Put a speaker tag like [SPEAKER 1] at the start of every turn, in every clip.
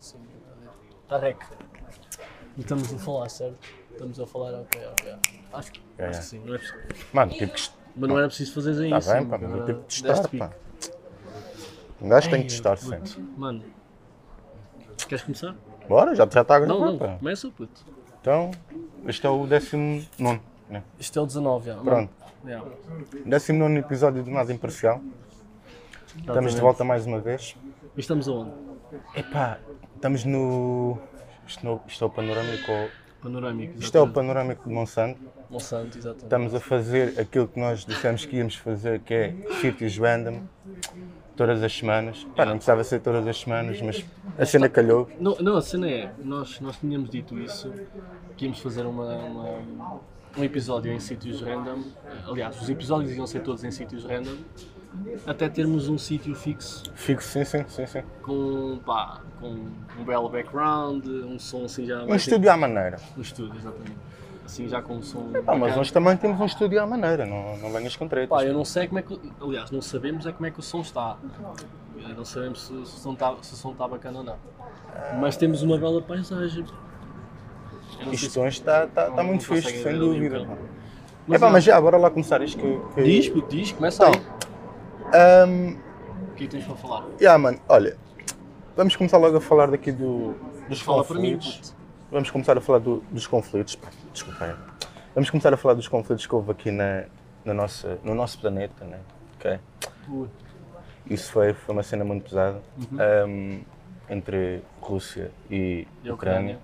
[SPEAKER 1] Está Tá rec. E estamos a falar, certo? Estamos a falar, ok, ok. Acho, que-
[SPEAKER 2] É,
[SPEAKER 1] acho
[SPEAKER 2] é.
[SPEAKER 1] que sim. Não é preciso-
[SPEAKER 2] Mano, tive que.
[SPEAKER 1] mas não era preciso fazeres aí
[SPEAKER 2] Está
[SPEAKER 1] isso.
[SPEAKER 2] bem, pá,
[SPEAKER 1] mano.
[SPEAKER 2] mas eu tive que
[SPEAKER 1] Deste
[SPEAKER 2] testar,
[SPEAKER 1] pique.
[SPEAKER 2] pá. Um gajo tem
[SPEAKER 1] Ei,
[SPEAKER 2] que testar
[SPEAKER 1] puto.
[SPEAKER 2] sempre.
[SPEAKER 1] Mano, queres começar?
[SPEAKER 2] Bora, já já está a
[SPEAKER 1] Não,
[SPEAKER 2] gravar,
[SPEAKER 1] não,
[SPEAKER 2] pá.
[SPEAKER 1] começa, puto.
[SPEAKER 2] Então, este é o 19, né?
[SPEAKER 1] Isto é o 19, já.
[SPEAKER 2] Pronto.
[SPEAKER 1] Já.
[SPEAKER 2] 19 episódio do Nada Imparcial. Estamos de
[SPEAKER 1] Exatamente.
[SPEAKER 2] volta mais uma vez.
[SPEAKER 1] E Tá estamos aonde?
[SPEAKER 2] Epá, estamos no. Isto, no- isto é o panorâmico.
[SPEAKER 1] Panorâmico.
[SPEAKER 2] Isto é o
[SPEAKER 1] exatamente.
[SPEAKER 2] panorâmico de Monsanto.
[SPEAKER 1] Monsanto, exatamente.
[SPEAKER 2] Estamos a fazer aquilo que nós dissemos que íamos fazer, que é sítios random, todas as semanas. Pá, não precisava ser todas as semanas, mas a cena calhou.
[SPEAKER 1] Não, não, a cena é, nós, nós tínhamos dito isso, que íamos fazer uma, uma- um episódio em sítios random, aliás, os episódios iam ser todos em sítios random, até termos um sítio fixo
[SPEAKER 2] Fico sim, sim, sim, sim.
[SPEAKER 1] com, pá, com um belo background, um som assim já...
[SPEAKER 2] Um estúdio à maneira.
[SPEAKER 1] Um estúdio, exatamente. Assim já com um som...
[SPEAKER 2] Pá, mas
[SPEAKER 1] bacana.
[SPEAKER 2] nós também temos um estúdio à maneira, não, não venhas com tretas.
[SPEAKER 1] Pá, eu não sei como é que... Aliás, não sabemos é como é que o som está. Eh, Não sabemos se, se o som está- se o som está bacana ou não. Mas temos uma bela paisagem. Eu não sei se-
[SPEAKER 2] Isto hoje está tá,
[SPEAKER 1] Não-
[SPEAKER 2] tá muito
[SPEAKER 1] não
[SPEAKER 2] fixe,
[SPEAKER 1] consegue
[SPEAKER 2] sem
[SPEAKER 1] ver ali um
[SPEAKER 2] dúvida.
[SPEAKER 1] bocado.
[SPEAKER 2] Mas, Epá, mas já, bora lá começar isto que. que...
[SPEAKER 1] Diz, puto, diz, começa
[SPEAKER 2] Então,
[SPEAKER 1] aí.
[SPEAKER 2] ahm,
[SPEAKER 1] O que é que tens para falar?
[SPEAKER 2] Ya, mano, olha, vamos começar logo a falar daqui do, dos
[SPEAKER 1] Fala para mim,
[SPEAKER 2] conflitos.
[SPEAKER 1] puto.
[SPEAKER 2] vamos começar a falar do- dos conflitos. Pá, Desculpa aí. Vamos começar a falar dos conflitos que houve aqui na, na nossa, no nosso planeta, né? Ok?
[SPEAKER 1] Ui,
[SPEAKER 2] Isso foi, foi uma cena muito pesada
[SPEAKER 1] Uhum.
[SPEAKER 2] ahm, entre Rússia e,
[SPEAKER 1] E a
[SPEAKER 2] Ucrânia.
[SPEAKER 1] Ucrânia?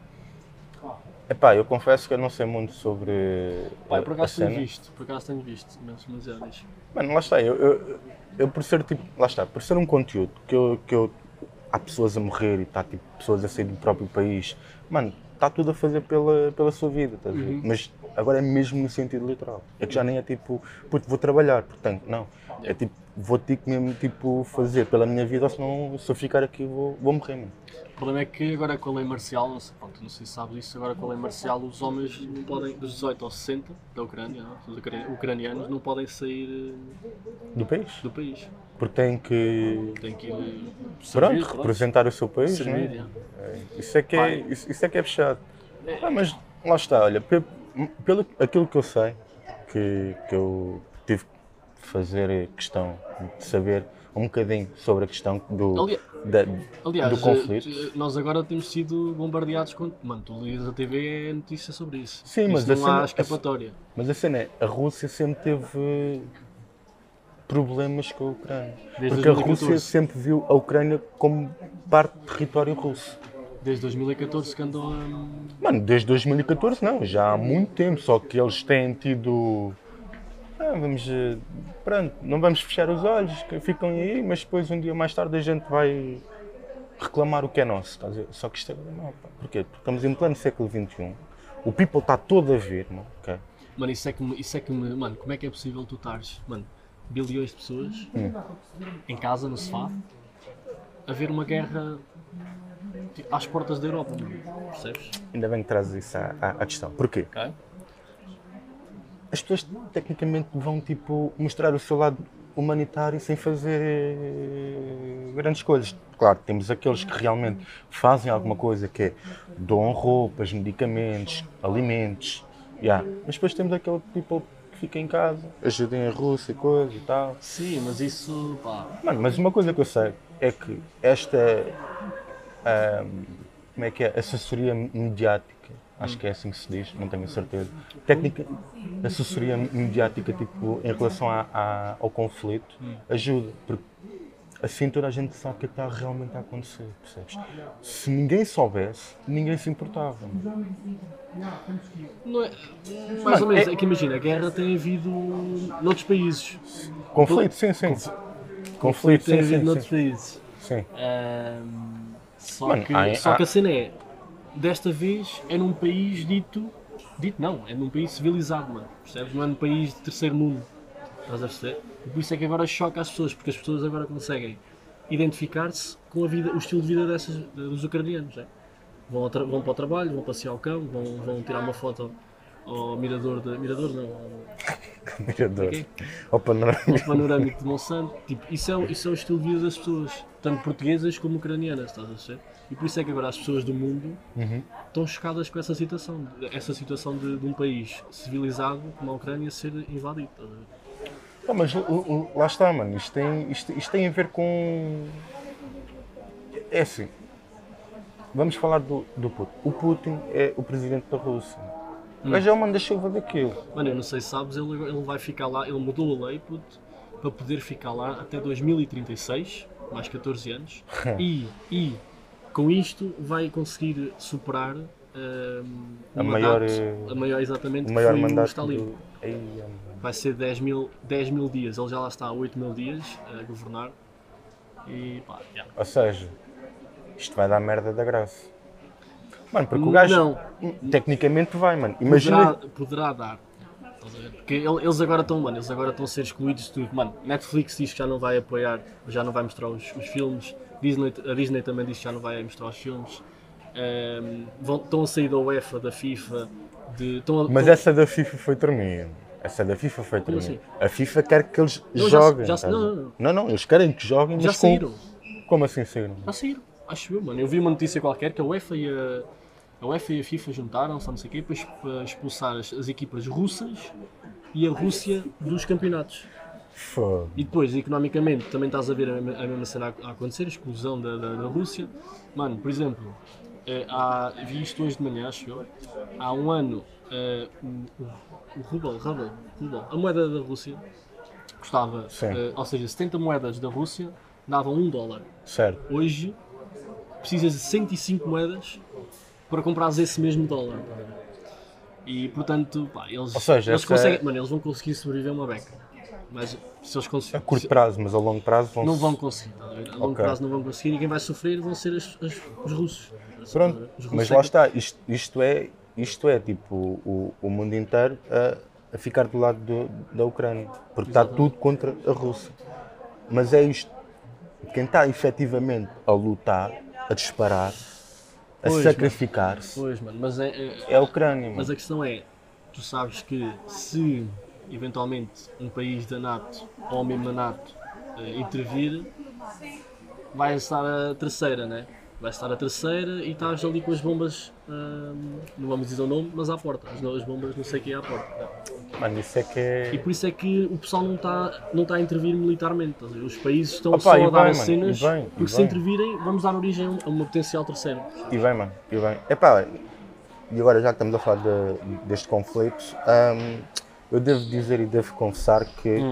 [SPEAKER 2] Epá, eu confesso que eu não sei muito sobre
[SPEAKER 1] Pá, eu
[SPEAKER 2] a-
[SPEAKER 1] por
[SPEAKER 2] a
[SPEAKER 1] acaso tenho
[SPEAKER 2] cena.
[SPEAKER 1] visto, por acaso tenho visto, mas, mas já deixa.
[SPEAKER 2] Mano, lá está, eu, eu, eu por ser tipo, lá está, por ser um conteúdo que eu, que eu há pessoas a morrer e está tipo pessoas a sair do próprio país, mano, está tudo a fazer pela, pela sua vida, estás a ver?
[SPEAKER 1] Uhum.
[SPEAKER 2] Mas agora é mesmo no sentido literal. É que já nem é tipo, puto, vou trabalhar, portanto, não. É tipo, vou ter que mesmo tipo fazer pela minha vida, ou senão se eu ficar aqui eu vou, vou morrer, mano.
[SPEAKER 1] O problema é que agora com a lei marcial, não sei, pronto, não sei se sabes isso, agora com a lei marcial os homens não podem, dos 18 aos 60 da Ucrânia, não é? os ucra- ucranianos não podem sair eh,
[SPEAKER 2] Do país.
[SPEAKER 1] do país.
[SPEAKER 2] Porque tem que,
[SPEAKER 1] Têm que ir eh,
[SPEAKER 2] pronto,
[SPEAKER 1] servir,
[SPEAKER 2] representar o seu país, não é?
[SPEAKER 1] servir, já.
[SPEAKER 2] Isso é que é,
[SPEAKER 1] Pai.
[SPEAKER 2] isso, isso é, que é fechado. Ah, mas lá está, olha, pe- pelo aquilo que eu sei, que, que eu tive que fazer questão de saber um bocadinho sobre a questão do,
[SPEAKER 1] Ali-
[SPEAKER 2] da-
[SPEAKER 1] Aliás,
[SPEAKER 2] do
[SPEAKER 1] eh,
[SPEAKER 2] conflito.
[SPEAKER 1] eh, nós agora temos sido bombardeados com. Mano, tu lias a TV é notícia sobre isso.
[SPEAKER 2] Sim,
[SPEAKER 1] Isso
[SPEAKER 2] mas
[SPEAKER 1] não
[SPEAKER 2] a cena-
[SPEAKER 1] há escapatória.
[SPEAKER 2] Mas a cena é, a Rússia sempre teve problemas com a Ucrânia.
[SPEAKER 1] Desde
[SPEAKER 2] porque a
[SPEAKER 1] 2014.
[SPEAKER 2] Rússia sempre viu a Ucrânia como parte do território russo.
[SPEAKER 1] Desde 2014 que andam a.
[SPEAKER 2] Mano, desde 2014 não, já há muito tempo, só que eles têm tido. Ah, vamos. eh, Pronto, não vamos fechar os olhos, que ficam aí, mas depois um dia mais tarde a gente vai reclamar o que é nosso. estás a ver? Só que isto agora não, pá. Porquê? Porque estamos em pleno século XXI, o people está todo a ver, mano. ok?
[SPEAKER 1] Mano, isso é que me. Isso é que me mano, como é que é possível tu estares, mano, bilhões de pessoas
[SPEAKER 2] É.
[SPEAKER 1] em casa, no sofá, a ver uma guerra tipo, às portas da Europa, mano. Percebes?
[SPEAKER 2] Ainda bem que trazes isso à, à- à questão. Porquê?
[SPEAKER 1] Ok?
[SPEAKER 2] As pessoas tecnicamente vão tipo mostrar o seu lado humanitário sem fazer eh, grandes coisas. Claro, temos aqueles que realmente fazem alguma coisa que é dão roupas, medicamentos, alimentos. Yeah. Mas depois temos aquele people que fica em casa, ajudem a Rússia e coisa e tal.
[SPEAKER 1] Sim, mas isso. pá.
[SPEAKER 2] Mano, mas uma coisa que eu sei é que esta ahm, como é que é? Assessoria mediática, acho que é assim que se diz, não tenho a certeza. Técnica, assessoria mediática tipo, em relação à- à- ao conflito ajuda, porque assim toda a gente sabe o que é que está realmente a acontecer, percebes? Se ninguém soubesse, ninguém se importava. mano.
[SPEAKER 1] Não é, mais
[SPEAKER 2] Mano,
[SPEAKER 1] ou menos,
[SPEAKER 2] é-
[SPEAKER 1] é... que imagina, a guerra tem havido noutros países.
[SPEAKER 2] Conflito, sim, sim. Conflito,
[SPEAKER 1] Tem
[SPEAKER 2] sim,
[SPEAKER 1] havido
[SPEAKER 2] sim,
[SPEAKER 1] noutros É.
[SPEAKER 2] sim.
[SPEAKER 1] países.
[SPEAKER 2] sim.
[SPEAKER 1] Ahm, só
[SPEAKER 2] Mano,
[SPEAKER 1] que,
[SPEAKER 2] há-
[SPEAKER 1] só que
[SPEAKER 2] há-
[SPEAKER 1] a cena é, desta vez é num país dito. Dito não, é num país civilizado, mano. Percebes? Não é num país de terceiro mundo. Estás a perceber? E por isso é que agora choca as pessoas, porque as pessoas agora conseguem identificar-se com a vida, o estilo de vida dessas, dos ucranianos. É? Vão, ao tra- vão para o trabalho, vão passear o cão, vão, vão tirar uma foto ao, ao mirador de. Mirador não, ao,
[SPEAKER 2] Mirador.
[SPEAKER 1] Ok.
[SPEAKER 2] Ao panorama.
[SPEAKER 1] o panorâmico de Monsanto. Tipo, isso, é, o- isso é o estilo de vida das pessoas, tanto portuguesas como ucranianas, estás a ver? E por isso é que agora as pessoas do mundo
[SPEAKER 2] Uhum.
[SPEAKER 1] estão chocadas com essa situação, essa situação de, de um país civilizado como a Ucrânia ser invadido. estás a ver?
[SPEAKER 2] Pá, mas l- l- lá está, mano. Isto tem, isto, isto tem a ver com. É assim. Vamos falar do, do Putin. O Putin é o presidente da Rússia.
[SPEAKER 1] Hum.
[SPEAKER 2] Mas é o mano da chuva daquilo.
[SPEAKER 1] Mano, eu não sei se sabes, ele, ele vai ficar lá, ele mudou a lei puto, para poder ficar lá até 2036, mais 14 anos, e, e com isto vai conseguir superar hum, o
[SPEAKER 2] A maior,
[SPEAKER 1] mandato-
[SPEAKER 2] eh,
[SPEAKER 1] a maior exatamente
[SPEAKER 2] O maior
[SPEAKER 1] que foi o
[SPEAKER 2] mandato
[SPEAKER 1] Stalin.
[SPEAKER 2] do. Ei, mano.
[SPEAKER 1] Vai ser 10 mil, 10 mil dias, ele já lá está há 8 mil dias a governar. E pá, yeah.
[SPEAKER 2] Ou seja, isto vai dar merda da graça. Mano, porque o gajo.
[SPEAKER 1] Não.
[SPEAKER 2] Tecnicamente vai, mano. Imagina.
[SPEAKER 1] poderá, poderá dar. Estás a ver? Porque ele- eles agora estão, mano, eles agora estão a ser excluídos de tudo. Mano, Netflix diz que já não vai apoiar, já não vai mostrar os, os filmes. Disney, a Disney também diz que já não vai mostrar os filmes. Ahm, vão, estão a sair da UEFA, da FIFA, de. Estão a,
[SPEAKER 2] Mas
[SPEAKER 1] estão-
[SPEAKER 2] essa da FIFA foi tremenda. Essa da FIFA foi
[SPEAKER 1] Como
[SPEAKER 2] tremenda.
[SPEAKER 1] assim?
[SPEAKER 2] A FIFA quer que eles
[SPEAKER 1] Não, já-
[SPEAKER 2] joguem.
[SPEAKER 1] já-
[SPEAKER 2] estás a
[SPEAKER 1] não,
[SPEAKER 2] ver?
[SPEAKER 1] não,
[SPEAKER 2] não, não, eles querem que joguem,
[SPEAKER 1] já
[SPEAKER 2] mas com-
[SPEAKER 1] saíram.
[SPEAKER 2] Como assim saíram?
[SPEAKER 1] Já saíram, Tá acho eu, mano. Eu vi uma notícia qualquer que a UEFA e a, a, UEFA e a FIFA juntaram-se, não sei o quê, para ex- para expulsar as, as equipas russas e a Rússia dos campeonatos.
[SPEAKER 2] Fogo.
[SPEAKER 1] E depois, economicamente, também estás a ver a, mesma- a mesma cena a acontecer, a exclusão da, da, da Rússia. Mano, por exemplo, eh, há, vi isto hoje de manhã, acho eu, há um ano, eh, o, o, o rubel, rubel, rubel, a moeda da Rússia custava,
[SPEAKER 2] Sim.
[SPEAKER 1] eh, ou seja, 70 moedas da Rússia davam 1 dólar.
[SPEAKER 2] Certo.
[SPEAKER 1] Hoje, precisas de 105 moedas para comprares esse mesmo dólar. E, portanto, pá, eles,
[SPEAKER 2] Ou seja,
[SPEAKER 1] eles,
[SPEAKER 2] essa- é
[SPEAKER 1] conseguem, mano, eles vão conseguir sobreviver uma beca. Mas se eles
[SPEAKER 2] A
[SPEAKER 1] conseguirem
[SPEAKER 2] É curto prazo, mas a longo prazo vão
[SPEAKER 1] não vão conseguir, tá a ver? A longo
[SPEAKER 2] Ok.
[SPEAKER 1] prazo não vão conseguir e quem vai sofrer vão ser as- as- os russos. Tá a
[SPEAKER 2] Pronto,
[SPEAKER 1] ver? Os russos
[SPEAKER 2] mas
[SPEAKER 1] é
[SPEAKER 2] lá
[SPEAKER 1] que-
[SPEAKER 2] está, isto, isto é, isto é tipo o, o mundo inteiro a, a ficar do lado do- da Ucrânia, porque está
[SPEAKER 1] Exatamente.
[SPEAKER 2] tudo contra a Rússia. Mas é isto, quem está efetivamente a lutar, a disparar, a
[SPEAKER 1] Pois, mano.
[SPEAKER 2] sacrificar-se,
[SPEAKER 1] Pois, mano, mas, é, é-
[SPEAKER 2] é a Ucrânia. Mano.
[SPEAKER 1] mas a questão é, tu sabes que se eventualmente um país da NATO ou mesmo da NATO eh, intervir, vai estar a terceira, né? Vai estar a terceira e estás ali com as bombas, ahm, não vamos dizer o nome, mas à porta. As, as bombas não sei quem é à porta.
[SPEAKER 2] Mano, isso é que
[SPEAKER 1] E
[SPEAKER 2] é.
[SPEAKER 1] por isso é que o pessoal não está não tá a intervir militarmente. estás a ver? Os países estão
[SPEAKER 2] Opa,
[SPEAKER 1] só
[SPEAKER 2] e
[SPEAKER 1] a dar
[SPEAKER 2] bem,
[SPEAKER 1] as
[SPEAKER 2] mano,
[SPEAKER 1] cenas,
[SPEAKER 2] e bem, e
[SPEAKER 1] porque se
[SPEAKER 2] bem.
[SPEAKER 1] intervirem, vamos dar origem a uma potencial terceira.
[SPEAKER 2] E bem, mano, e bem. Epá, e agora já que estamos a falar de- deste conflito, hum, eu devo dizer e devo confessar que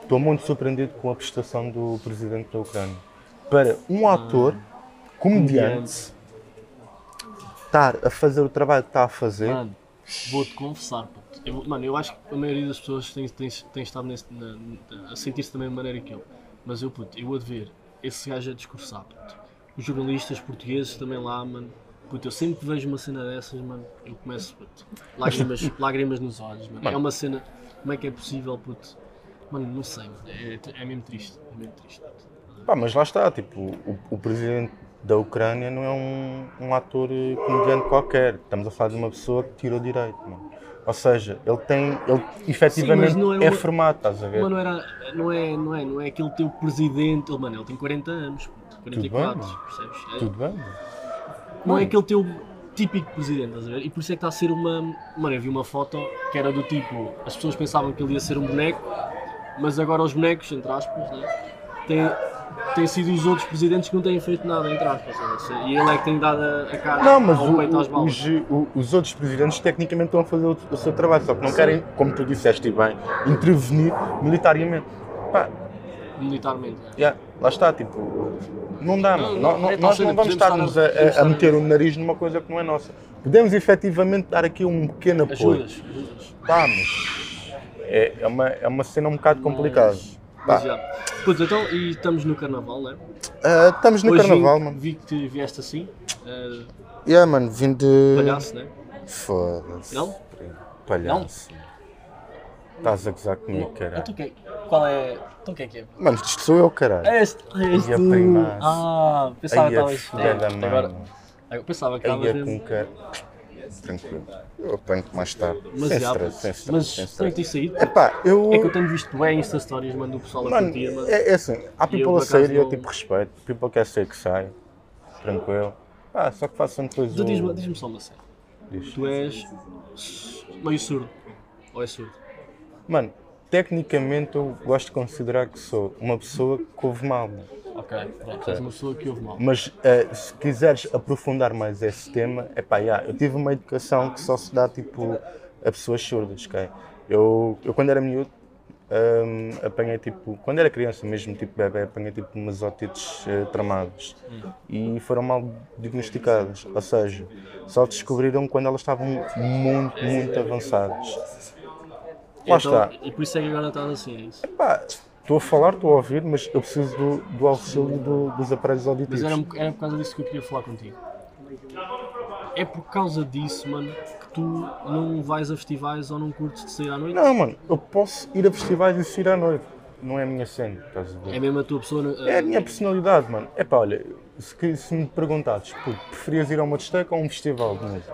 [SPEAKER 2] estou muito surpreendido com a prestação do presidente da Ucrânia. Para um ator, comediante, estar a fazer o trabalho que está a fazer,
[SPEAKER 1] Mano, vou-te confessar, puto. Eu, mano, eu acho que a maioria das pessoas tem, tem, tem estado nesse- na- na- a sentir-se da mesma maneira que eu. Mas eu, puto, eu a de ver esse gajo a discursar, puto. Os jornalistas portugueses também lá, mano. Puto, eu sempre que vejo uma cena dessas, mano, eu começo, puto, lágrimas, lágrimas nos olhos, mano. É uma cena, como é que é possível, puto? Mano, não sei, mano. É, é mesmo triste, é mesmo triste, puto.
[SPEAKER 2] pá, mas lá está, tipo, o, o presidente da Ucrânia não é um, um ator eh, comediante qualquer. Estamos a falar de uma pessoa que tirou direito, mano. Ou seja, ele tem, ele efetivamente
[SPEAKER 1] não é
[SPEAKER 2] é,
[SPEAKER 1] uma-
[SPEAKER 2] formado, estás a ver?
[SPEAKER 1] Mas não, era, não, é, não, é, não é aquele teu presidente, ele, mano, ele tem 40 anos, puto,
[SPEAKER 2] bem,
[SPEAKER 1] 44,
[SPEAKER 2] mano.
[SPEAKER 1] percebes? É-
[SPEAKER 2] Tudo bem?
[SPEAKER 1] Não é aquele teu típico presidente, estás a ver? E por isso é que está a ser uma. Mano, eu vi uma foto que era do tipo. As pessoas pensavam que ele ia ser um boneco, mas agora os bonecos, entre aspas, né? Têm, têm sido os outros presidentes que não têm feito nada, entre aspas. estás a ver? E ele é que tem dado a, a cara
[SPEAKER 2] Não, mas
[SPEAKER 1] ao
[SPEAKER 2] o-
[SPEAKER 1] peito às
[SPEAKER 2] o-
[SPEAKER 1] balas.
[SPEAKER 2] os, o- os outros presidentes tecnicamente estão a fazer o, o seu trabalho, só que não
[SPEAKER 1] Sim.
[SPEAKER 2] querem, como tu disseste e bem, intervenir militarmente. Pá,
[SPEAKER 1] Militarmente. né?
[SPEAKER 2] já, lá está, tipo, não dá, mano.
[SPEAKER 1] não,
[SPEAKER 2] Nó- nó-
[SPEAKER 1] é tal
[SPEAKER 2] nós
[SPEAKER 1] cena,
[SPEAKER 2] não
[SPEAKER 1] podemos
[SPEAKER 2] vamos
[SPEAKER 1] estar
[SPEAKER 2] estarmos
[SPEAKER 1] a-
[SPEAKER 2] a, a-
[SPEAKER 1] podemos
[SPEAKER 2] a
[SPEAKER 1] estar a-
[SPEAKER 2] meter o nariz numa coisa que não é nossa. Podemos efetivamente dar aqui um pequeno apoio.
[SPEAKER 1] Ajudas, ajudas.
[SPEAKER 2] Pá, mas é, é uma, é uma cena um bocado complicada.
[SPEAKER 1] Mas-
[SPEAKER 2] Pá,
[SPEAKER 1] mas já. Putz, então, e estamos no carnaval, né?
[SPEAKER 2] ah, estamos no
[SPEAKER 1] Hoje
[SPEAKER 2] carnaval,
[SPEAKER 1] vi,
[SPEAKER 2] mano.
[SPEAKER 1] Vi que vieste assim, eh,
[SPEAKER 2] Yeah, mano, vim de.
[SPEAKER 1] palhaço, né?
[SPEAKER 2] Foda-se.
[SPEAKER 1] Não?
[SPEAKER 2] Palhaço. Estás a gozar comigo, caralho.
[SPEAKER 1] Então, quem- qual é. Então, quem é que é?
[SPEAKER 2] Mano, isto sou eu, caralho.
[SPEAKER 1] Este,
[SPEAKER 2] Ia
[SPEAKER 1] tu.
[SPEAKER 2] primaço.
[SPEAKER 1] Ah, pensava
[SPEAKER 2] Ia
[SPEAKER 1] que estavas.
[SPEAKER 2] filha da
[SPEAKER 1] É,
[SPEAKER 2] mãe.
[SPEAKER 1] agora, eu pensava que
[SPEAKER 2] Aí é
[SPEAKER 1] estavas
[SPEAKER 2] com
[SPEAKER 1] mesmo.
[SPEAKER 2] cara. Tranquilo. Eu apanho-te mais tarde.
[SPEAKER 1] Mas
[SPEAKER 2] sem
[SPEAKER 1] já,
[SPEAKER 2] stress, sem stress,
[SPEAKER 1] mas
[SPEAKER 2] sem
[SPEAKER 1] tem que
[SPEAKER 2] stress.
[SPEAKER 1] ter saído. É
[SPEAKER 2] Epá, eu...
[SPEAKER 1] que eu tenho visto bem Insta Stories, mando o pessoal a
[SPEAKER 2] Mano,
[SPEAKER 1] curtir, mas.
[SPEAKER 2] é, é assim, há people
[SPEAKER 1] por
[SPEAKER 2] a sair
[SPEAKER 1] acaso,
[SPEAKER 2] e eu
[SPEAKER 1] não-
[SPEAKER 2] tipo respeito. People quer sair que sai. Tranquilo. Pá, só que façam depois
[SPEAKER 1] Tu
[SPEAKER 2] o...
[SPEAKER 1] diz-me diz-me só uma cena.
[SPEAKER 2] Diz.
[SPEAKER 1] Tu és s- meio surdo. Ou é surdo?
[SPEAKER 2] Mano, tecnicamente eu gosto de considerar que sou uma pessoa que ouve mal. mano.
[SPEAKER 1] Ok, pronto. És uma pessoa que ouve mal.
[SPEAKER 2] Mas eh, se quiseres aprofundar mais esse tema, é pá, yeah, eu tive uma educação que só se dá tipo a pessoas surdas, ok? Eu, eu quando era miúdo, ahm, apanhei tipo, quando era criança mesmo, tipo bebê, apanhei tipo umas otites eh, tramadas e foram mal diagnosticadas, ou seja, só descobriram quando elas estavam muito, muito avançadas. Lá está.
[SPEAKER 1] E por isso é que agora estás assim, é isso?
[SPEAKER 2] Pá, estou a falar, estou a ouvir, mas eu preciso do, do auxílio do- dos aparelhos auditivos.
[SPEAKER 1] Mas era, um era por causa disso que eu queria falar contigo. É por causa disso, mano, que tu não vais a festivais ou não curtes de sair à noite?
[SPEAKER 2] Não, mano, eu posso ir a festivais e sair à noite. Não é a minha cena, estás a
[SPEAKER 1] É
[SPEAKER 2] ver?
[SPEAKER 1] mesmo a tua pessoa. uh,
[SPEAKER 2] É a minha personalidade, mano. É pá, olha, se, que- se me perguntares, puto, preferias ir a uma discoteca ou a um festival de música?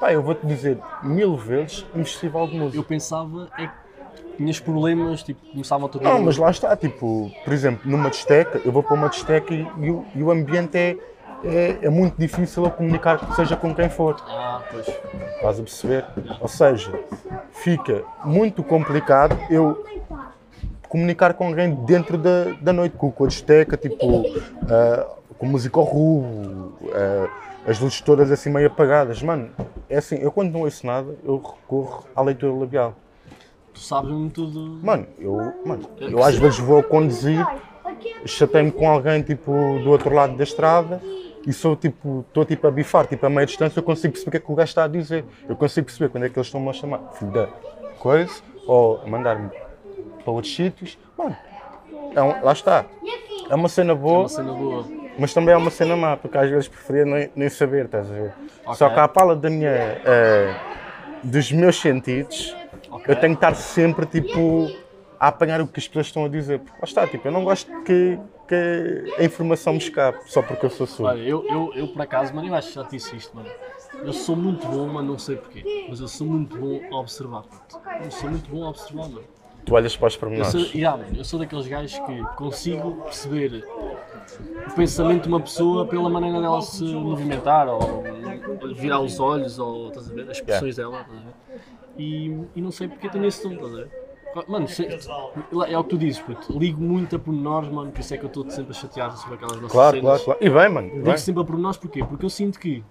[SPEAKER 2] Pá, eu vou-te dizer mil vezes um festival de música.
[SPEAKER 1] Eu pensava é que tinhas problemas, tipo, começava a tocar.
[SPEAKER 2] Não, mas lá está, tipo, por exemplo, numa discoteca, eu vou para uma discoteca e, e o, e o ambiente é, é, é muito difícil eu comunicar, seja com quem for.
[SPEAKER 1] Ah, pois.
[SPEAKER 2] Estás a perceber? Ou seja, fica muito complicado eu comunicar com alguém dentro da, da noite, com, com a discoteca, tipo, ah, com música ao rubo, ah, as luzes todas assim meio apagadas. Mano, é assim, eu quando não ouço nada, eu recorro à leitura labial.
[SPEAKER 1] Tu sabes mesmo tudo.
[SPEAKER 2] Mano, eu, mano, eu às vezes vou a conduzir, chatei-me com alguém, tipo, do outro lado da estrada e sou, tipo, estou, tipo, a bifar, tipo, a meia distância, eu consigo perceber o que é que o gajo está a dizer. Eu consigo perceber quando é que eles estão-me a chamar, filho da coisa, ou a mandar-me para outros sítios. Mano, é um- lá está. É uma cena boa,
[SPEAKER 1] Uma cena boa.
[SPEAKER 2] mas também é uma cena má, porque às vezes preferia nem, nem saber, estás a ver? Só que à pala da minha, eh, dos meus sentidos, eu tenho que estar sempre tipo a apanhar o que as pessoas estão a dizer. Porque lá está, tipo, eu não gosto que, que a informação me escape só porque eu sou surdo.
[SPEAKER 1] Olha, eu, eu, eu por acaso, mano, eu acho que já te disse isto, mano. Eu sou muito bom, mas não sei porquê. Mas eu sou muito bom a observar. puto. Eu sou muito bom a observar, mano.
[SPEAKER 2] Tu olhas para os
[SPEAKER 1] Eu sou,
[SPEAKER 2] pormenores.
[SPEAKER 1] yeah, mano, eu sou daqueles gajos que consigo perceber o pensamento de uma pessoa pela maneira dela se movimentar, ou virar os olhos, ou estás a ver, as expressões dela. estás a ver? E, e não sei porque tenho esse tom, estás a ver? Mano, se- é o que tu dizes, puto. ligo muito a pormenores, mano, por isso é que eu estou sempre a chatear sobre aquelas nossas
[SPEAKER 2] Claro,
[SPEAKER 1] cenas.
[SPEAKER 2] claro, claro. E bem, mano.
[SPEAKER 1] Digo
[SPEAKER 2] bem.
[SPEAKER 1] sempre a pormenores porquê? Porque eu sinto que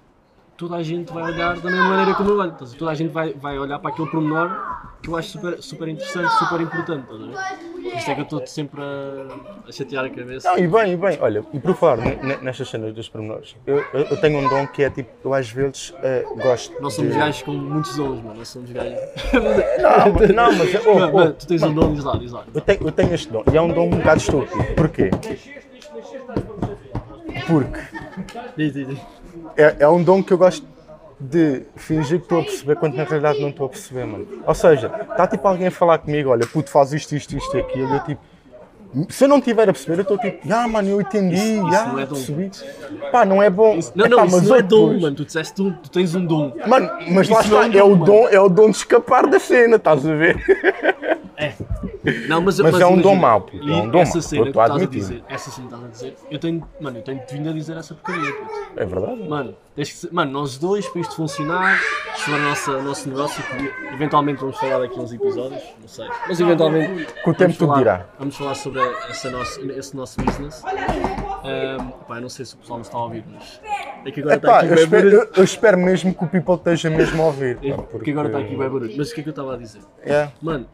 [SPEAKER 1] toda a gente vai olhar da mesma maneira como eu olho. Então, toda a gente vai, vai olhar para aquele pormenor que eu acho super, super interessante, super importante. Estás a ver? Isto é que eu estou sempre a, a chatear a cabeça.
[SPEAKER 2] Não, e bem, e bem. Olha, e por falar ne- ne- nestas cenas dos pormenores, eu, eu, eu tenho um dom que é tipo, eu às vezes eh, gosto.
[SPEAKER 1] Nós somos
[SPEAKER 2] de-
[SPEAKER 1] gajos com muitos dons, mano. Nós somos gajos.
[SPEAKER 2] Não, mas- não, mas. eu- oh,
[SPEAKER 1] Mano,
[SPEAKER 2] oh,
[SPEAKER 1] mano, tu tens um dom, diz lá, diz lá.
[SPEAKER 2] Eu tenho, eu tenho este dom. E é um dom um bocado estúpido. Porquê? Porque
[SPEAKER 1] Diz, diz, diz.
[SPEAKER 2] é, é um dom que eu gosto de fingir que estou a perceber quando na realidade não estou a perceber, mano. Ou seja, está tipo alguém a falar comigo, olha, puto, faz isto, isto, isto e aquilo. e Eu tipo. Se eu não tiver a perceber, eu estou tipo, ah, mano, eu entendi, ah,
[SPEAKER 1] não é dom.
[SPEAKER 2] percebi. Pá, não é bom.
[SPEAKER 1] Não,
[SPEAKER 2] É
[SPEAKER 1] não,
[SPEAKER 2] pá,
[SPEAKER 1] isso
[SPEAKER 2] mas
[SPEAKER 1] não é
[SPEAKER 2] eu
[SPEAKER 1] dom,
[SPEAKER 2] pus.
[SPEAKER 1] mano. Tu disseste tu, tu tens um dom.
[SPEAKER 2] Mano, mas lá
[SPEAKER 1] Isso não
[SPEAKER 2] está,
[SPEAKER 1] é
[SPEAKER 2] é,
[SPEAKER 1] dom,
[SPEAKER 2] o
[SPEAKER 1] mano.
[SPEAKER 2] dom, é o dom de escapar da cena, estás a ver?
[SPEAKER 1] Não, mas,
[SPEAKER 2] Mas é um dom
[SPEAKER 1] imagina,
[SPEAKER 2] mau, puto, é
[SPEAKER 1] e
[SPEAKER 2] um dom
[SPEAKER 1] essa
[SPEAKER 2] mau,
[SPEAKER 1] cena que
[SPEAKER 2] eu
[SPEAKER 1] tu
[SPEAKER 2] tô a
[SPEAKER 1] estás a
[SPEAKER 2] admitir.
[SPEAKER 1] dizer, essa cena que estás a dizer, eu tenho, mano, eu tenho de vir a dizer essa porcaria, puto.
[SPEAKER 2] É verdade.
[SPEAKER 1] Mano, tens que ser- mano, nós dois, para isto funcionar, se for o nosso, nosso negócio, que eventualmente vamos falar daqui uns episódios, não sei. Mas eventualmente.
[SPEAKER 2] Com o tempo
[SPEAKER 1] vamos
[SPEAKER 2] tudo
[SPEAKER 1] falar-
[SPEAKER 2] dirá.
[SPEAKER 1] Vamos falar sobre essa nosso, esse nosso business. Ahm, pá, eu não sei se o pessoal nos está a ouvir, mas. É que agora está
[SPEAKER 2] Epá,
[SPEAKER 1] aqui
[SPEAKER 2] eu,
[SPEAKER 1] o
[SPEAKER 2] espero,
[SPEAKER 1] barulho.
[SPEAKER 2] eu- eu espero mesmo que o people esteja mesmo a ouvir. pá,
[SPEAKER 1] Porque agora está aqui o barulho. Mas o que é que eu estava a dizer?
[SPEAKER 2] É.
[SPEAKER 1] Mano,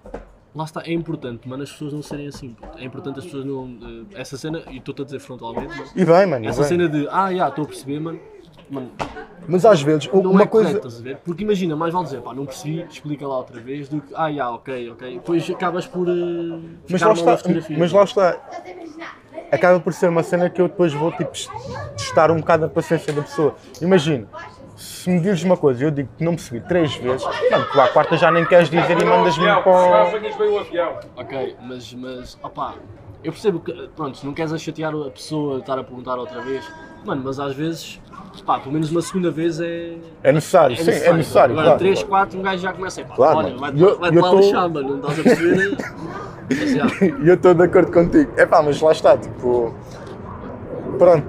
[SPEAKER 1] lá está, é importante, mano, as pessoas não serem assim. puto. É importante as pessoas não. eh, Essa cena, e estou-te a dizer frontalmente, mas
[SPEAKER 2] E bem, mano. e
[SPEAKER 1] essa
[SPEAKER 2] Tá bem.
[SPEAKER 1] cena de, ah, já, estou a perceber, mano. Mano,
[SPEAKER 2] Mas às vezes,
[SPEAKER 1] não
[SPEAKER 2] uma
[SPEAKER 1] é
[SPEAKER 2] coisa.
[SPEAKER 1] correto, estás a ver? Porque imagina, mais vale dizer, pá, não percebi, explica lá outra vez, do que, ah, já, ok, ok. Depois acabas por. Uh,
[SPEAKER 2] Mas lá, está, mas lá está. Acaba por ser uma cena que eu depois vou tipo, testar um bocado a paciência da pessoa. Imagina, se me dizes uma coisa e eu digo que não percebi três vezes, mano, tu à quarta já nem queres dizer e mandas-me
[SPEAKER 3] Avião,
[SPEAKER 2] para. o-
[SPEAKER 3] apanhas bem o avião.
[SPEAKER 1] Ok, mas, mas, opá, eu percebo que, pronto, se não queres chatear a pessoa, estar a perguntar outra vez, mano, mas às vezes, pá, pelo menos uma segunda vez é.
[SPEAKER 2] É necessário, sim, é necessário.
[SPEAKER 1] Agora,
[SPEAKER 2] Claro,
[SPEAKER 1] 3,
[SPEAKER 2] claro.
[SPEAKER 1] 4, um gajo já começa a pá,
[SPEAKER 2] Claro,
[SPEAKER 1] olha,
[SPEAKER 2] mano.
[SPEAKER 1] vai-te
[SPEAKER 2] Eu-
[SPEAKER 1] vai-te
[SPEAKER 2] eu
[SPEAKER 1] lá
[SPEAKER 2] tô-
[SPEAKER 1] lixar, mano, não estás a perceber? né? mas, já.
[SPEAKER 2] E eu estou de acordo contigo. É pá, mas lá está, tipo. Pronto.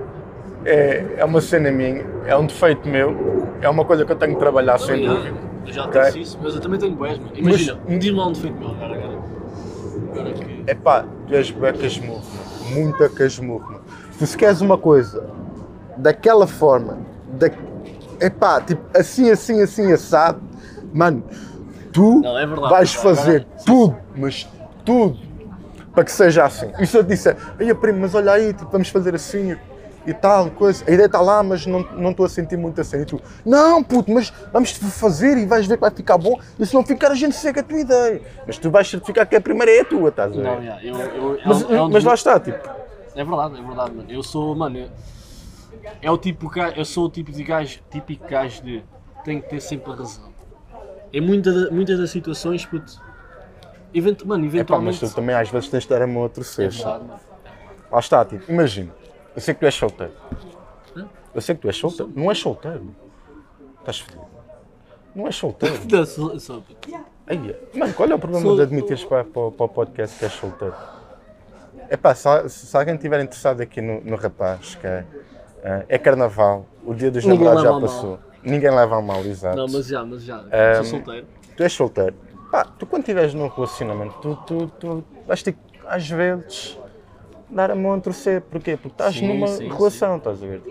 [SPEAKER 2] é, é uma cena minha, é um defeito meu, é uma coisa que eu tenho que trabalhar sem
[SPEAKER 1] Yeah,
[SPEAKER 2] dúvida.
[SPEAKER 1] Eu já
[SPEAKER 2] Ok.
[SPEAKER 1] disse isso, mas eu também tenho boés, mano. Imagina, um diz-me lá um defeito meu agora, agora. Agora que.
[SPEAKER 2] É pá, tu és bué casmurro, mano. muita casmurro. mano. Tu se queres uma coisa daquela forma, da... é pá, tipo assim, assim, assim, assado, mano, tu
[SPEAKER 1] Não, é verdade,
[SPEAKER 2] vais
[SPEAKER 1] agora-
[SPEAKER 2] fazer tudo, mas tudo, para que seja assim. E se eu te disser, "Ei, primo, mas olha aí, tipo, vamos fazer assim e tal, coisa, a ideia está lá, mas não não estou a sentir muito assim. E tu, não, puto, mas vamos fazer e vais ver que vai ficar bom, e se não ficar, a gente segue a tua ideia. Mas tu vais certificar que a primeira é a tua, estás a ver?
[SPEAKER 1] Não, yeah, eu, eu, é
[SPEAKER 2] Mas,
[SPEAKER 1] um- é um dos
[SPEAKER 2] mas lá
[SPEAKER 1] meus-
[SPEAKER 2] está, tipo,
[SPEAKER 1] É verdade, é verdade, mano. Eu sou, mano. eu- É o tipo ga- eu sou o tipo de gajo, típico gajo de tenho que ter sempre a razão. Em muita da- muitas das situações, puto. Event, mano,
[SPEAKER 2] epá, mas
[SPEAKER 1] eventualmente.
[SPEAKER 2] tu também às vezes tens de dar a mão a outro
[SPEAKER 1] é
[SPEAKER 2] cesto.
[SPEAKER 1] verdade, mano.
[SPEAKER 2] Lá está, tipo, imagina, eu sei que tu és solteiro.
[SPEAKER 1] Hum?
[SPEAKER 2] Eu sei que tu és solteiro. Não és solteiro. Estás fodido. Não és solteiro.
[SPEAKER 1] Não, Então, sou- sou, puto.
[SPEAKER 2] Aí, mano, qual é o problema
[SPEAKER 1] Sou-
[SPEAKER 2] de admitires para, para, para o podcast que és solteiro? Epá, se, há- se alguém estiver interessado aqui no, no rapaz, que é, eh, é carnaval, o dia dos
[SPEAKER 1] Ninguém
[SPEAKER 2] namorados já
[SPEAKER 1] leva a mal.
[SPEAKER 2] passou. Ninguém leva a mal, exato.
[SPEAKER 1] Não, mas já, mas já.
[SPEAKER 2] Ehm,
[SPEAKER 1] Sou solteiro.
[SPEAKER 2] tu és solteiro. Pá, tu quando estiveres num relacionamento, tu, tu, tu vais ter que, às vezes, dar a mão a torcer. Porquê? Porque estás
[SPEAKER 1] Sim,
[SPEAKER 2] numa
[SPEAKER 1] sim,
[SPEAKER 2] relação, estás a ver?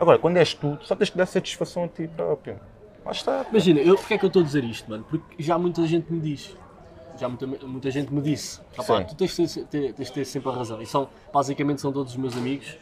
[SPEAKER 2] Agora, quando és tu, tu só tens que dar satisfação a ti próprio. Lá está.
[SPEAKER 1] Imagina, eu, porque é que eu estou a dizer isto, mano? Porque já muita gente me diz. Já muita, muita gente me disse. Rapaz,
[SPEAKER 2] Sim.
[SPEAKER 1] tu tens de ter, ter- tens de ter sempre a razão. E são, basicamente, são todos os meus amigos.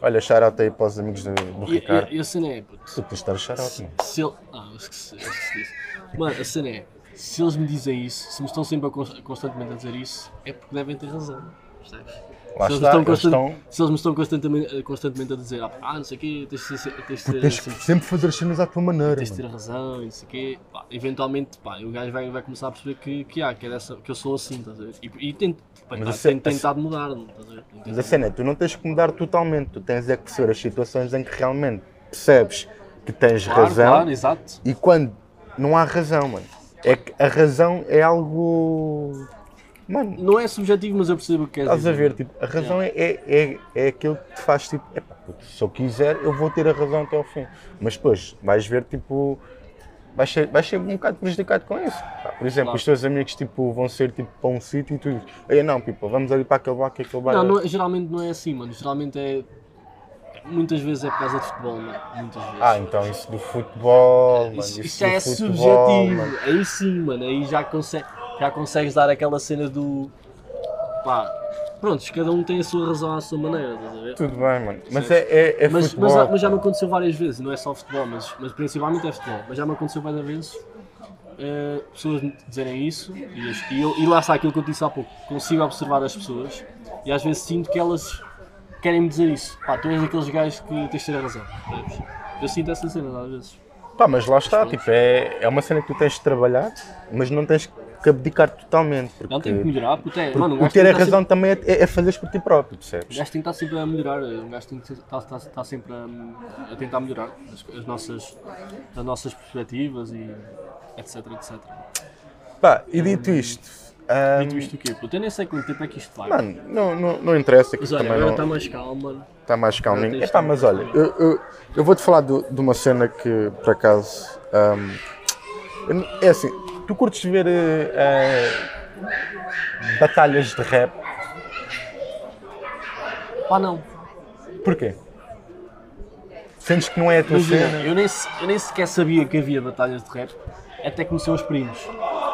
[SPEAKER 2] Olha, shout-out aí para os amigos do, do
[SPEAKER 1] E,
[SPEAKER 2] Ricardo.
[SPEAKER 1] e, e a cena é, puto,
[SPEAKER 2] Tu podias dar o shout-out, mano.
[SPEAKER 1] Se ele... Ah, eu esqueci, eu esqueci disso. Mano, a cena é, se eles me dizem isso, se me estão sempre a cons- constantemente a dizer isso, é porque devem ter razão. Percebes?
[SPEAKER 2] Lá
[SPEAKER 1] se,
[SPEAKER 2] está,
[SPEAKER 1] me
[SPEAKER 2] eles estão-
[SPEAKER 1] se eles me estão constantemente, eh, constantemente a dizer ah, não sei o quê, tens de ser- tens de ter,
[SPEAKER 2] Tens que
[SPEAKER 1] sempre-
[SPEAKER 2] sempre fazer as cenas à tua maneira,
[SPEAKER 1] tens de
[SPEAKER 2] mano.
[SPEAKER 1] ter razão, e não sei o quê, pá, eventualmente pá, o gajo vai, vai começar a perceber que, que há, que, é dessa, que eu sou assim, estás a ver? E, e tento, pá,
[SPEAKER 2] Mas a
[SPEAKER 1] tá,
[SPEAKER 2] ce-
[SPEAKER 1] tenho
[SPEAKER 2] a ce-
[SPEAKER 1] tentado mudar, não, estás a ver? Tenho
[SPEAKER 2] Mas a
[SPEAKER 1] tentado-
[SPEAKER 2] cena é, tu não tens que mudar totalmente. Tu tens é que perceber as situações em que realmente percebes que tens
[SPEAKER 1] Claro,
[SPEAKER 2] razão.
[SPEAKER 1] claro, exato.
[SPEAKER 2] E quando não há razão, mano, é que a razão é algo. Mano,
[SPEAKER 1] Não é subjetivo, mas eu percebo o que queres
[SPEAKER 2] estás a
[SPEAKER 1] dizer.
[SPEAKER 2] ver, tipo, a razão é, é, é, é aquilo que te faz tipo, epá, puto, se eu quiser, eu vou ter a razão até ao fim. Mas depois vais ver, tipo, vais ser, vais ser um bocado prejudicado com isso. Pá, por exemplo,
[SPEAKER 1] Claro.
[SPEAKER 2] os teus amigos tipo, vão ser tipo, para um sítio e tu dizes, "Ei, não, tipo, vamos ali para aquele bar, que aquele bar.
[SPEAKER 1] Não,
[SPEAKER 2] é-"
[SPEAKER 1] não é- geralmente não é assim, mano. Geralmente é. Muitas vezes é por causa de futebol, mano. Muitas vezes.
[SPEAKER 2] Ah, então isso do futebol, mano,
[SPEAKER 1] isso, isso
[SPEAKER 2] isso, do
[SPEAKER 1] é
[SPEAKER 2] futebol,
[SPEAKER 1] subjetivo.
[SPEAKER 2] mano.
[SPEAKER 1] Aí sim, mano. Aí já, conse- já consegues dar aquela cena do. Pá. Prontos, cada um tem a sua razão à sua maneira, estás a ver?
[SPEAKER 2] Tudo bem, mano, mas é, é, é
[SPEAKER 1] Mas,
[SPEAKER 2] futebol.
[SPEAKER 1] mas, mas já me aconteceu várias vezes, não é só futebol, mas, mas principalmente é futebol. Mas já me aconteceu várias vezes eh, pessoas me dizerem isso e, as- e eu- e lá está aquilo que eu te disse há pouco. Consigo observar as pessoas e às vezes sinto que elas querem me dizer isso. Pá, tu és aqueles gajos que tens de ter a razão. percebes? Eu sinto essa cena às vezes.
[SPEAKER 2] Pá, mas lá está, tipo, é, é uma cena que tu tens de trabalhar, mas não tens que abdicar totalmente. Porque,
[SPEAKER 1] Não tenho que melhorar, porque até, mano, um gajo
[SPEAKER 2] porque
[SPEAKER 1] tem
[SPEAKER 2] ter a
[SPEAKER 1] que estar
[SPEAKER 2] razão também é, é, é fazeres por ti próprio,
[SPEAKER 1] O
[SPEAKER 2] percebes?
[SPEAKER 1] gajo tem que estar sempre a melhorar, o gajo tem que estar, estar- estar sempre a, a tentar melhorar as, as nossas, as nossas perspectivas e etc, etc.
[SPEAKER 2] Pá, e dito isto, ah,
[SPEAKER 1] Dito isto o quê? Puto, eu nem sei quanto tempo é que isto vai.
[SPEAKER 2] mano, não, não, não interessa que
[SPEAKER 1] mas olha,
[SPEAKER 2] também
[SPEAKER 1] agora
[SPEAKER 2] não
[SPEAKER 1] está mais calmo, mano.
[SPEAKER 2] está mais
[SPEAKER 1] agora
[SPEAKER 2] calminho.
[SPEAKER 1] tens
[SPEAKER 2] Epá,
[SPEAKER 1] de-
[SPEAKER 2] mas olha, eu, eu, eu vou-te falar do- de uma cena que, por acaso, ah, eu não- é assim, tu curtes ver ah, ah, batalhas de rap,
[SPEAKER 1] Pá, não.
[SPEAKER 2] porquê? Sentes que não é a tua cena?
[SPEAKER 1] Imagina, eu nem, se- eu nem sequer sabia que havia batalhas de rap, até conhecer os primos.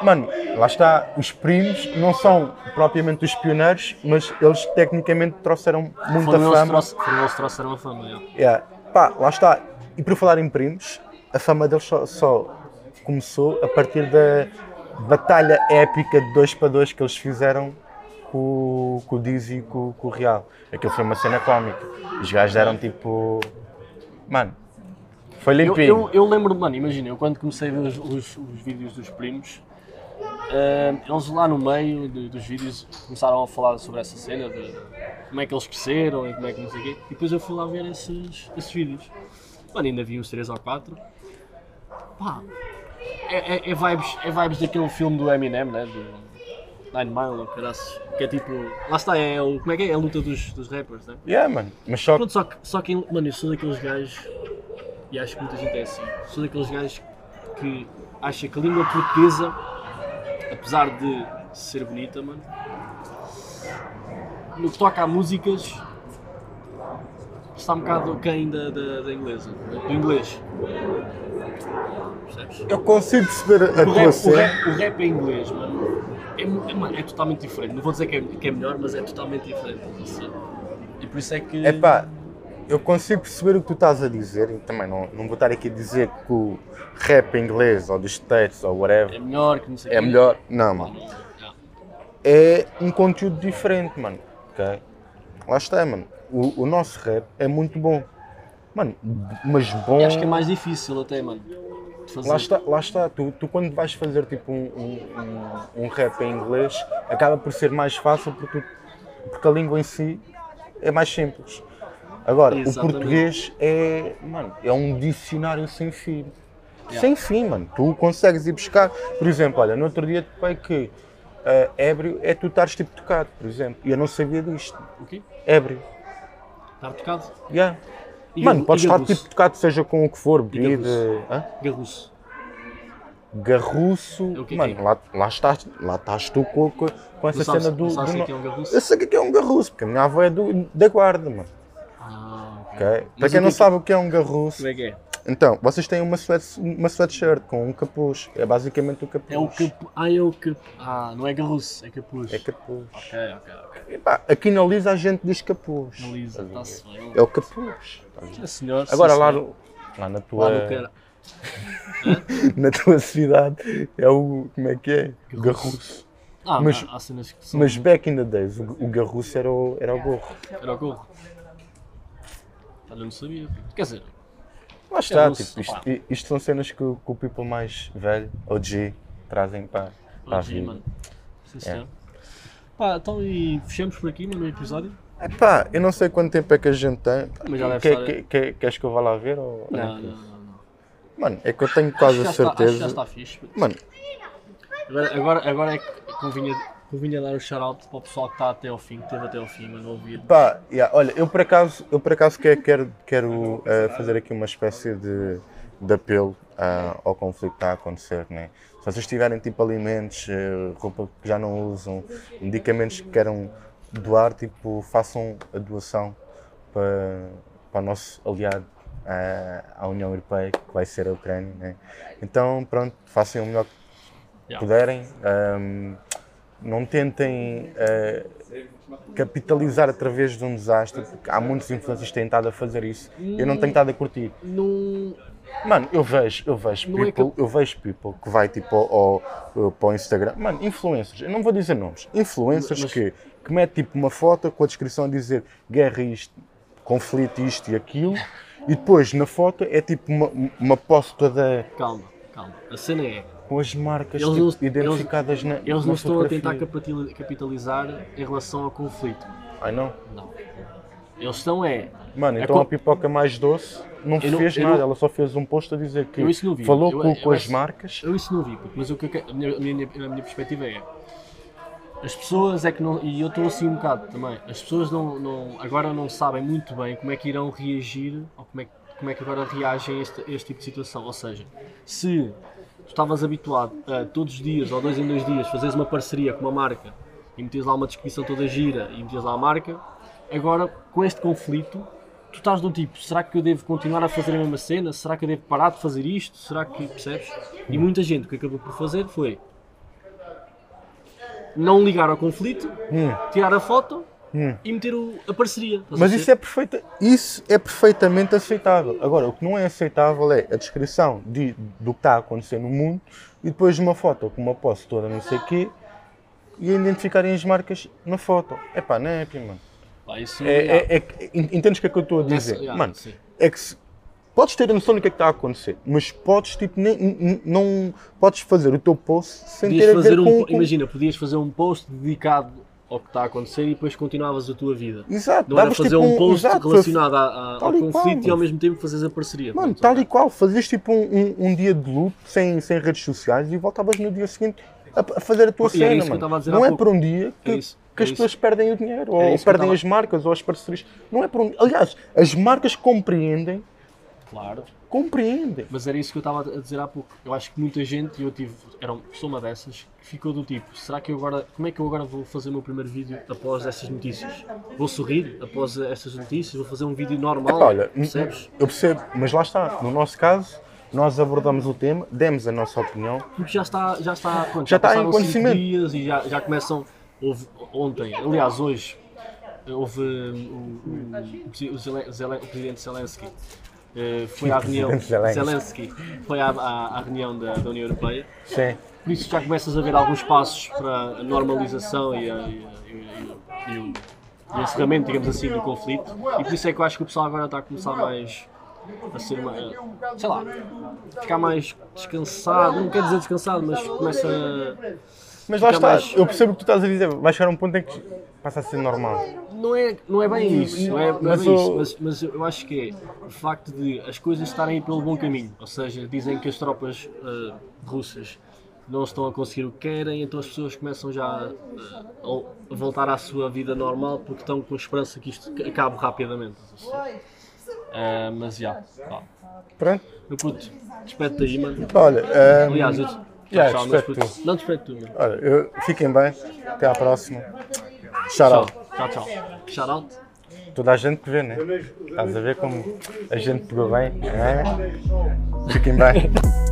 [SPEAKER 2] Mano, lá está, os primos não são propriamente os pioneiros, mas eles tecnicamente trouxeram muita
[SPEAKER 1] Foram eles, que
[SPEAKER 2] fama.
[SPEAKER 1] trouxe- foram eles que trouxeram a fama, é.
[SPEAKER 2] Yeah. Pá, lá está. E por falar em primos, a fama deles só, só começou a partir da batalha épica de 2 para 2 que eles fizeram com, o- com o Dizzy e com, com o Real. Aquilo foi uma cena cómica. Os gajos deram tipo. Mano, foi
[SPEAKER 1] Eu,
[SPEAKER 2] limpinho.
[SPEAKER 1] eu, eu lembro, mano, imagina, eu quando comecei a ver os, os- os vídeos dos primos, eh, eles lá no meio de- dos vídeos começaram a falar sobre essa cena, de como é que eles cresceram e como é que não sei o quê. E depois eu fui lá ver esses, esses vídeos. Mano, ainda vi uns 3 ou 4. Pá, é, é- é vibes, é vibes daquele filme do Eminem, né? Do, Nine Mile, caraças. Que é tipo. Lá está, é o. Como é que é? É a luta dos, dos rappers, né?
[SPEAKER 2] Yeah, mano. Mas só que
[SPEAKER 1] Pronto, só que, só que. Mano, eu sou daqueles gajos. E acho que muita gente é assim. Sou daqueles gajos que acha que a língua portuguesa, apesar de ser bonita, mano. No que toca a músicas. Está um bocado quem da, da, da inglesa. Do inglês. Percebes?
[SPEAKER 2] eu consigo perceber a
[SPEAKER 1] O
[SPEAKER 2] tua
[SPEAKER 1] rap, o,
[SPEAKER 2] cena.
[SPEAKER 1] rap, o rap em inglês, mano, é, mu- é, mano, é totalmente diferente. Não vou dizer que é, que é melhor, mas é totalmente diferente. estás a perceber? E por isso é que.
[SPEAKER 2] É pá, eu consigo perceber o que tu estás a dizer e também não, não vou estar aqui a dizer que o rap inglês ou dos States ou
[SPEAKER 1] é
[SPEAKER 2] whatever
[SPEAKER 1] melhor que não sei o
[SPEAKER 2] é
[SPEAKER 1] quê.
[SPEAKER 2] melhor. Não, mano.
[SPEAKER 1] Yeah.
[SPEAKER 2] é um conteúdo diferente, mano. ok? Lá está, mano. O, o nosso rap é muito bom. Mano, mas bom.
[SPEAKER 1] E acho que é mais difícil até, mano. de fazer.
[SPEAKER 2] Lá está, lá está. Tu, tu quando vais fazer tipo um, um- um, um rap em inglês, acaba por ser mais fácil porque, tu- porque a língua em si é mais simples. Agora,
[SPEAKER 1] Exatamente.
[SPEAKER 2] o português é, mano, é um dicionário sem fim. Sem fim, mano. Tu consegues ir buscar. Por exemplo, olha, no outro dia topei que ah, ébrio é tu estares tipo tocado, por exemplo. E eu não sabia disto.
[SPEAKER 1] O quê?
[SPEAKER 2] Ébrio.
[SPEAKER 1] Está tocado?
[SPEAKER 2] Yeah.
[SPEAKER 1] E
[SPEAKER 2] Mano,
[SPEAKER 1] garru-
[SPEAKER 2] podes
[SPEAKER 1] e
[SPEAKER 2] estar
[SPEAKER 1] garruço?
[SPEAKER 2] tipo tocado, seja com o que for,
[SPEAKER 1] Diga-vos.
[SPEAKER 2] bebida. hã?
[SPEAKER 1] Garruço.
[SPEAKER 2] Garruço.
[SPEAKER 1] É o que é
[SPEAKER 2] mano,
[SPEAKER 1] que é?
[SPEAKER 2] lá, lá, estás, lá estás tu com, com- com essa
[SPEAKER 1] Não sabes-
[SPEAKER 2] cena do.
[SPEAKER 1] não sabes o
[SPEAKER 2] do
[SPEAKER 1] que é que
[SPEAKER 2] no-
[SPEAKER 1] é um garruço?
[SPEAKER 2] Eu sei o que é que é um garruço, porque a minha avó é do, da guarda, mano.
[SPEAKER 1] Ah, ok.
[SPEAKER 2] ok? Para
[SPEAKER 1] Mas
[SPEAKER 2] quem
[SPEAKER 1] o que
[SPEAKER 2] não
[SPEAKER 1] é que-
[SPEAKER 2] sabe o que é um garruço,
[SPEAKER 1] Como é que é?
[SPEAKER 2] então, vocês têm uma, sweat, uma sweatshirt com um capuz. É basicamente o capuz.
[SPEAKER 1] É o capu... Ah, é o capu... Ah, não é garruço, é capuz.
[SPEAKER 2] É capuz.
[SPEAKER 1] Ok, ok, ok.
[SPEAKER 2] E pá, aqui na Lisa a gente diz capuz.
[SPEAKER 1] Analisa, está-se bem.
[SPEAKER 2] É o capuz.
[SPEAKER 1] Sim, senhor, sim,
[SPEAKER 2] Agora lá,
[SPEAKER 1] senhor.
[SPEAKER 2] no- É. lá na tua.
[SPEAKER 1] Lá no cara.
[SPEAKER 2] na tua cidade é o. Como é que é? Garruço.
[SPEAKER 1] Garruço. Ah,
[SPEAKER 2] Mas-
[SPEAKER 1] mas há cenas que são.
[SPEAKER 2] Mas back in the days, o, o garruço era o, era o gorro.
[SPEAKER 1] Era o gorro. Olha, eu não sabia. Quer dizer,
[SPEAKER 2] Tá Lá está,
[SPEAKER 1] Garruço,
[SPEAKER 2] tipo, isto,
[SPEAKER 1] pá.
[SPEAKER 2] i- isto são cenas que, o- que o people mais velho, OG, trazem para, para a
[SPEAKER 1] hoje,
[SPEAKER 2] vida.
[SPEAKER 1] mano. Sim,
[SPEAKER 2] É.
[SPEAKER 1] senhor. Pá, então e fechamos por aqui no meu episódio?
[SPEAKER 2] Epá, eu não sei quanto tempo é que a gente tem.
[SPEAKER 1] Mas já deve
[SPEAKER 2] Quer-
[SPEAKER 1] estar-
[SPEAKER 2] quer- quer- queres que eu vá lá ver? Ou...
[SPEAKER 1] Não, não, não. não.
[SPEAKER 2] Mano, é que eu tenho quase
[SPEAKER 1] Acho
[SPEAKER 2] a
[SPEAKER 1] que já está- acho que já
[SPEAKER 2] certeza.
[SPEAKER 1] está fixe.
[SPEAKER 2] Mano,
[SPEAKER 1] Agora, agora, agora é que convinha, convinha dar o shout-out para o pessoal que está até ao fim, que esteve até ao fim, mas não ouvir.
[SPEAKER 2] Pá, yeah, olha, eu por acaso, eu por acaso que- quero, quero eh, fazer aqui uma espécie de, de apelo ah, ao conflito que está a acontecer, né? Se vocês tiverem tipo alimentos, eh, roupa que já não usam, medicamentos que queiram doar, tipo, façam a doação para, para o nosso aliado, ah, à União Europeia, que vai ser a Ucrânia, né? Então, pronto, façam o melhor que
[SPEAKER 1] Yeah.
[SPEAKER 2] puderem. ahm, não tentem eh, capitalizar através de um desastre, porque há muitos influencers que têm estado a fazer isso. Eu não tenho estado a curtir.
[SPEAKER 1] Não.
[SPEAKER 2] Mano, eu vejo, eu vejo
[SPEAKER 1] Não é
[SPEAKER 2] people, eu vejo people que vai tipo ao, ao- para o Instagram. Mano, influencers, eu não vou dizer nomes, influencers
[SPEAKER 1] Mas-
[SPEAKER 2] que, que mete tipo uma foto com a descrição a dizer guerra isto, conflito isto e aquilo, e depois na foto é tipo uma, uma posse toda
[SPEAKER 1] Calma, calma. A cena é.
[SPEAKER 2] com as marcas
[SPEAKER 1] Eles
[SPEAKER 2] tipo,
[SPEAKER 1] não- eles-
[SPEAKER 2] identificadas na.
[SPEAKER 1] Eles
[SPEAKER 2] na
[SPEAKER 1] não estão a tentar
[SPEAKER 2] fotografia.
[SPEAKER 1] capitali- capitalizar em relação ao conflito.
[SPEAKER 2] Ai não.
[SPEAKER 1] Não. Eles estão é.
[SPEAKER 2] Mano,
[SPEAKER 1] É
[SPEAKER 2] então
[SPEAKER 1] co-
[SPEAKER 2] a pipoca mais doce não
[SPEAKER 1] Eu não-
[SPEAKER 2] fez
[SPEAKER 1] eu
[SPEAKER 2] nada,
[SPEAKER 1] não-
[SPEAKER 2] ela só fez um post a dizer que
[SPEAKER 1] Eu isso não vi.
[SPEAKER 2] falou
[SPEAKER 1] Eu- é,
[SPEAKER 2] com,
[SPEAKER 1] eu
[SPEAKER 2] com as
[SPEAKER 1] acho-
[SPEAKER 2] marcas.
[SPEAKER 1] Eu isso não vi, puto, mas o que eu quero- a, minha, a minha- a minha perspectiva é. As pessoas é que não. E eu estou assim um bocado também. As pessoas não, não- agora não sabem muito bem como é que irão reagir ou como é, que- como é que agora reagem a este, a este tipo de situação. Ou seja, se tu estavas habituado a todos os dias ou dois em dois dias fazeres uma parceria com uma marca e metias lá uma descrição toda gira e metias lá a marca, agora com este conflito. Tu estás do tipo, será que eu devo continuar a fazer a mesma cena? Será que eu devo parar de fazer isto? Será que percebes? E muita gente o que acabou por fazer foi não ligar ao conflito, tirar a foto e meter o- a parceria. Estás a
[SPEAKER 2] Hum, Mas
[SPEAKER 1] perceber?
[SPEAKER 2] isso é, perfeita, isso é perfeitamente aceitável. Agora, o que não é aceitável é a descrição de, do que está a acontecer no mundo e depois uma foto com uma posse toda não sei o quê e identificarem as marcas na foto. Epá, não é, mano.
[SPEAKER 1] Pá, isso
[SPEAKER 2] É,
[SPEAKER 1] yeah.
[SPEAKER 2] é- é que- en- entendes o que é que eu estou a
[SPEAKER 1] Nessa-
[SPEAKER 2] dizer?
[SPEAKER 1] yeah,
[SPEAKER 2] Mano,
[SPEAKER 1] sim.
[SPEAKER 2] é que se- podes ter a noção do que é que está a acontecer, mas podes, tipo, nem, n- não podes fazer o teu post sem ter
[SPEAKER 1] Podias
[SPEAKER 2] a ver
[SPEAKER 1] fazer
[SPEAKER 2] com,
[SPEAKER 1] um, po-
[SPEAKER 2] com-
[SPEAKER 1] Imagina, podias fazer um post dedicado ao que está a acontecer e depois continuavas a tua vida.
[SPEAKER 2] Exato,
[SPEAKER 1] Não era
[SPEAKER 2] davas,
[SPEAKER 1] fazer
[SPEAKER 2] tipo,
[SPEAKER 1] um post
[SPEAKER 2] exato,
[SPEAKER 1] relacionado a- a-
[SPEAKER 2] Tal
[SPEAKER 1] ao
[SPEAKER 2] e qual,
[SPEAKER 1] conflito e ao
[SPEAKER 2] mano.
[SPEAKER 1] mesmo tempo fazes a parceria.
[SPEAKER 2] Mano,
[SPEAKER 1] Pronto,
[SPEAKER 2] tal
[SPEAKER 1] ok.
[SPEAKER 2] e qual, fazias tipo um, um, um dia de luto sem, sem redes sociais e voltavas no dia seguinte a, a fazer a tua
[SPEAKER 1] E era
[SPEAKER 2] cena,
[SPEAKER 1] isso que eu estava a
[SPEAKER 2] mano.
[SPEAKER 1] dizer
[SPEAKER 2] Não
[SPEAKER 1] há
[SPEAKER 2] é
[SPEAKER 1] pouco.
[SPEAKER 2] por um dia que,
[SPEAKER 1] É isso,
[SPEAKER 2] que
[SPEAKER 1] é
[SPEAKER 2] as
[SPEAKER 1] isso.
[SPEAKER 2] pessoas perdem o dinheiro, ou,
[SPEAKER 1] É isso
[SPEAKER 2] ou
[SPEAKER 1] que eu estava-
[SPEAKER 2] perdem as marcas, ou as parcerias. Não é por um dia. Aliás, as marcas compreendem,
[SPEAKER 1] Claro.
[SPEAKER 2] compreendem.
[SPEAKER 1] Mas era isso que eu estava a dizer há pouco. Eu acho que muita gente, e eu tive, era um- sou uma dessas, que ficou do tipo, será que eu agora, como é que eu agora vou fazer o meu primeiro vídeo após estas notícias? Vou sorrir após estas notícias? Vou fazer um vídeo normal?
[SPEAKER 2] Epá, olha,
[SPEAKER 1] percebes?
[SPEAKER 2] eu percebo, mas lá está. No nosso caso, nós abordamos o tema, demos a nossa opinião.
[SPEAKER 1] Porque já está, já está, pronto,
[SPEAKER 2] Já está em
[SPEAKER 1] passaram cinco
[SPEAKER 2] conhecimento.
[SPEAKER 1] dias e já, já começam, houve, ontem, aliás hoje, houve hum, o, o, presi- o, Zelen- Zelen- o presidente Zelensky, eh, foi à reunião,
[SPEAKER 2] Zelensky.
[SPEAKER 1] Zelensky foi à, à- à reunião da- da União Europeia
[SPEAKER 2] Sim.
[SPEAKER 1] Por isso já começas a ver alguns passos para a normalização e, a, e, a- e, a- e o e o encerramento, digamos assim, do conflito. E por isso é que eu acho que o pessoal agora está a começar mais a ser mais, sei lá, ficar mais descansado, não quer dizer descansado, mas começa a.
[SPEAKER 2] Mas lá
[SPEAKER 1] Fica
[SPEAKER 2] está,
[SPEAKER 1] mais-
[SPEAKER 2] eu percebo o que tu estás a dizer. Vai chegar um ponto em que passa a ser normal.
[SPEAKER 1] Não é, não é bem isso, não é, não é
[SPEAKER 2] Mas
[SPEAKER 1] bem
[SPEAKER 2] o-
[SPEAKER 1] isso, mas, mas eu acho que é o facto de as coisas estarem pelo bom caminho. Ou seja, dizem que as tropas ah, russas não estão a conseguir o que querem, então as pessoas começam já ah, a voltar à sua vida normal porque estão com esperança que isto acabe rapidamente. Ah, mas já, pá.
[SPEAKER 2] Pronto?
[SPEAKER 1] Meu puto, despede-te aí, mano.
[SPEAKER 2] Olha, ahm,
[SPEAKER 1] Aliás, eu...
[SPEAKER 2] já,
[SPEAKER 1] Tchau, não
[SPEAKER 2] despede-te
[SPEAKER 1] despede- Não despede tu, mano.
[SPEAKER 2] olha, eu- fiquem bem. Até à próxima. Shout out.
[SPEAKER 1] Tchau, tchau. Shout out.
[SPEAKER 2] Toda a gente que vê, né? Estás a ver como a gente pegou bem. né? é? Fiquem bem.